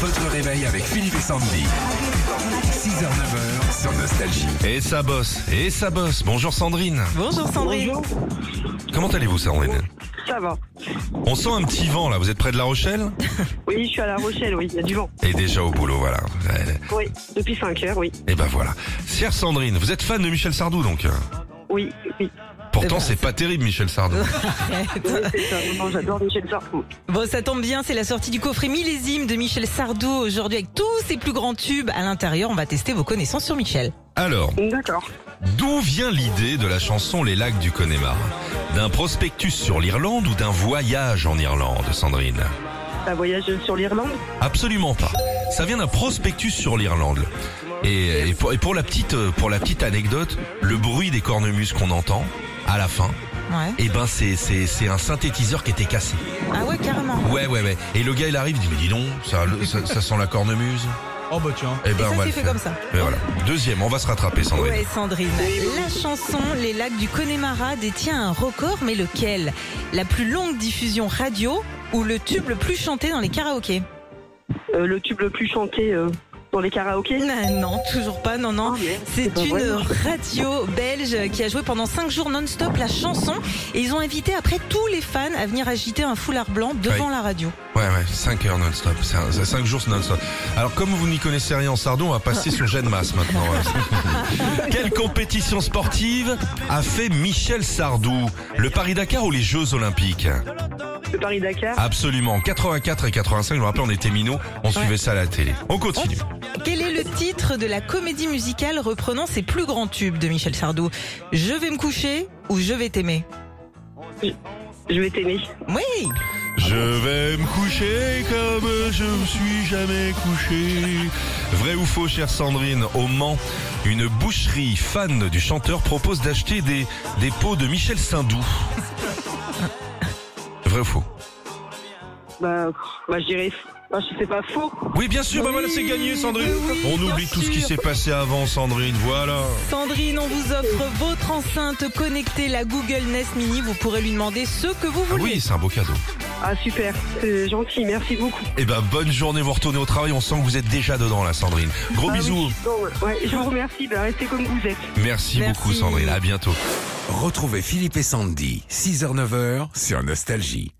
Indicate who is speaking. Speaker 1: Votre réveil avec Philippe et Sandy. 6h, 9h sur Nostalgie.
Speaker 2: Et ça bosse, et ça bosse. Bonjour Sandrine.
Speaker 3: Bonjour Sandrine.
Speaker 4: Bonjour,
Speaker 2: Comment allez-vous Sandrine
Speaker 4: ça va.
Speaker 2: On sent un petit vent là, vous êtes près de La Rochelle
Speaker 4: Oui, je suis à La Rochelle, oui, il y a du vent.
Speaker 2: Et déjà au boulot, voilà. Ouais.
Speaker 4: Oui, depuis 5 heures, oui.
Speaker 2: Et ben voilà. Chère Sandrine, vous êtes fan de Michel Sardou donc euh,
Speaker 4: Oui, oui,
Speaker 2: Pourtant c'est pas terrible Michel Sardou.
Speaker 4: oui, c'est ça. Non, j'adore Michel Sardou.
Speaker 3: Bon, ça tombe bien, c'est la sortie du coffret millésime de Michel Sardou aujourd'hui avec tous ses plus grands tubes. À l'intérieur, on va tester vos connaissances sur Michel.
Speaker 2: Alors,
Speaker 4: D'accord.
Speaker 2: d'où vient l'idée de la chanson Les lacs du Connemara D'un prospectus sur l'Irlande ou d'un voyage en Irlande, Sandrine
Speaker 4: Un voyage sur l'Irlande
Speaker 2: Absolument pas. Ça vient d'un prospectus sur l'Irlande. Et, et pour, et pour la petite, euh, pour la petite anecdote, le bruit des cornemuses qu'on entend à la fin,
Speaker 3: Ouais.
Speaker 2: eh ben c'est, c'est, c'est un synthétiseur qui était cassé.
Speaker 3: Ah ouais, carrément.
Speaker 2: Ouais, ouais, ouais. Et le gars, il arrive, il dit, mais dis donc, ça, ça, ça sent la cornemuse.
Speaker 5: Oh bah tiens.
Speaker 2: Eh
Speaker 3: Et
Speaker 2: ben,
Speaker 3: ça
Speaker 2: on va
Speaker 3: s'est
Speaker 2: le
Speaker 3: fait
Speaker 2: faire.
Speaker 3: comme ça.
Speaker 2: Et voilà. Deuxième, on va se rattraper, Sandrine.
Speaker 3: Ouais, Sandrine. La chanson Les lacs du Connemara détient un record, mais lequel La plus longue diffusion radio ou le tube le plus chanté dans les karaokés
Speaker 4: Euh, Le tube le plus chanté euh, dans les karaokés
Speaker 3: Ah Non, toujours pas, non, non.
Speaker 4: Ah, mais
Speaker 3: C'est
Speaker 4: pas
Speaker 3: une
Speaker 4: vrai.
Speaker 3: radio belge qui a joué pendant 5 jours non-stop la chanson et ils ont invité après tous les fans à venir agiter un foulard blanc devant la radio.
Speaker 2: Ouais, ouais, 5 heures non-stop. 5 jours non-stop. Alors, comme vous n'y connaissez rien en sardon, on va passer sur Jeanne Masse maintenant. Ouais. Quelle compétition sportive a fait Michel Sardou Le Paris-Dakar ou les Jeux Olympiques
Speaker 4: Le Paris-Dakar
Speaker 2: Absolument. 84 et 85, je me rappelle, on était minots, on suivait ça à la télé. On continue.
Speaker 3: Quel est le titre de la comédie musicale reprenant ses plus grands tubes de Michel Sardou Je vais me coucher ou je vais t'aimer
Speaker 4: Je vais t'aimer.
Speaker 3: Oui
Speaker 2: Je vais me coucher comme je me suis jamais couché. Vrai ou faux, chère Sandrine, au Mans, une boucherie fan du chanteur propose d'acheter des, des pots de Michel Sindou. Vrai ou faux
Speaker 4: Bah, bah je dirais... bah, je sais pas, faux.
Speaker 2: Oui, bien sûr, bah voilà,
Speaker 3: Oui,
Speaker 2: c'est gagné, Sandrine.
Speaker 3: oui,
Speaker 2: On
Speaker 3: bien
Speaker 2: oublie tout ce qui
Speaker 3: sûr.
Speaker 2: s'est passé avant, Sandrine, voilà.
Speaker 3: Sandrine, on vous offre votre enceinte connectée, la Google Nest Mini. Vous pourrez lui demander ce que vous
Speaker 2: Ah
Speaker 3: voulez.
Speaker 2: oui, c'est un beau cadeau.
Speaker 4: Ah, super. C'est gentil, merci beaucoup.
Speaker 2: Eh ben, bonne journée, vous retournez au travail, on sent que vous êtes déjà dedans, là, Sandrine. Gros
Speaker 4: Ah oui,
Speaker 2: bisous.
Speaker 4: bon, ouais, je vous remercie, bah, restez comme vous êtes.
Speaker 2: Merci beaucoup,
Speaker 3: Merci.
Speaker 2: Sandrine. À bientôt.
Speaker 1: Retrouvez Philippe et Sandy, 6h, 9h sur Nostalgie.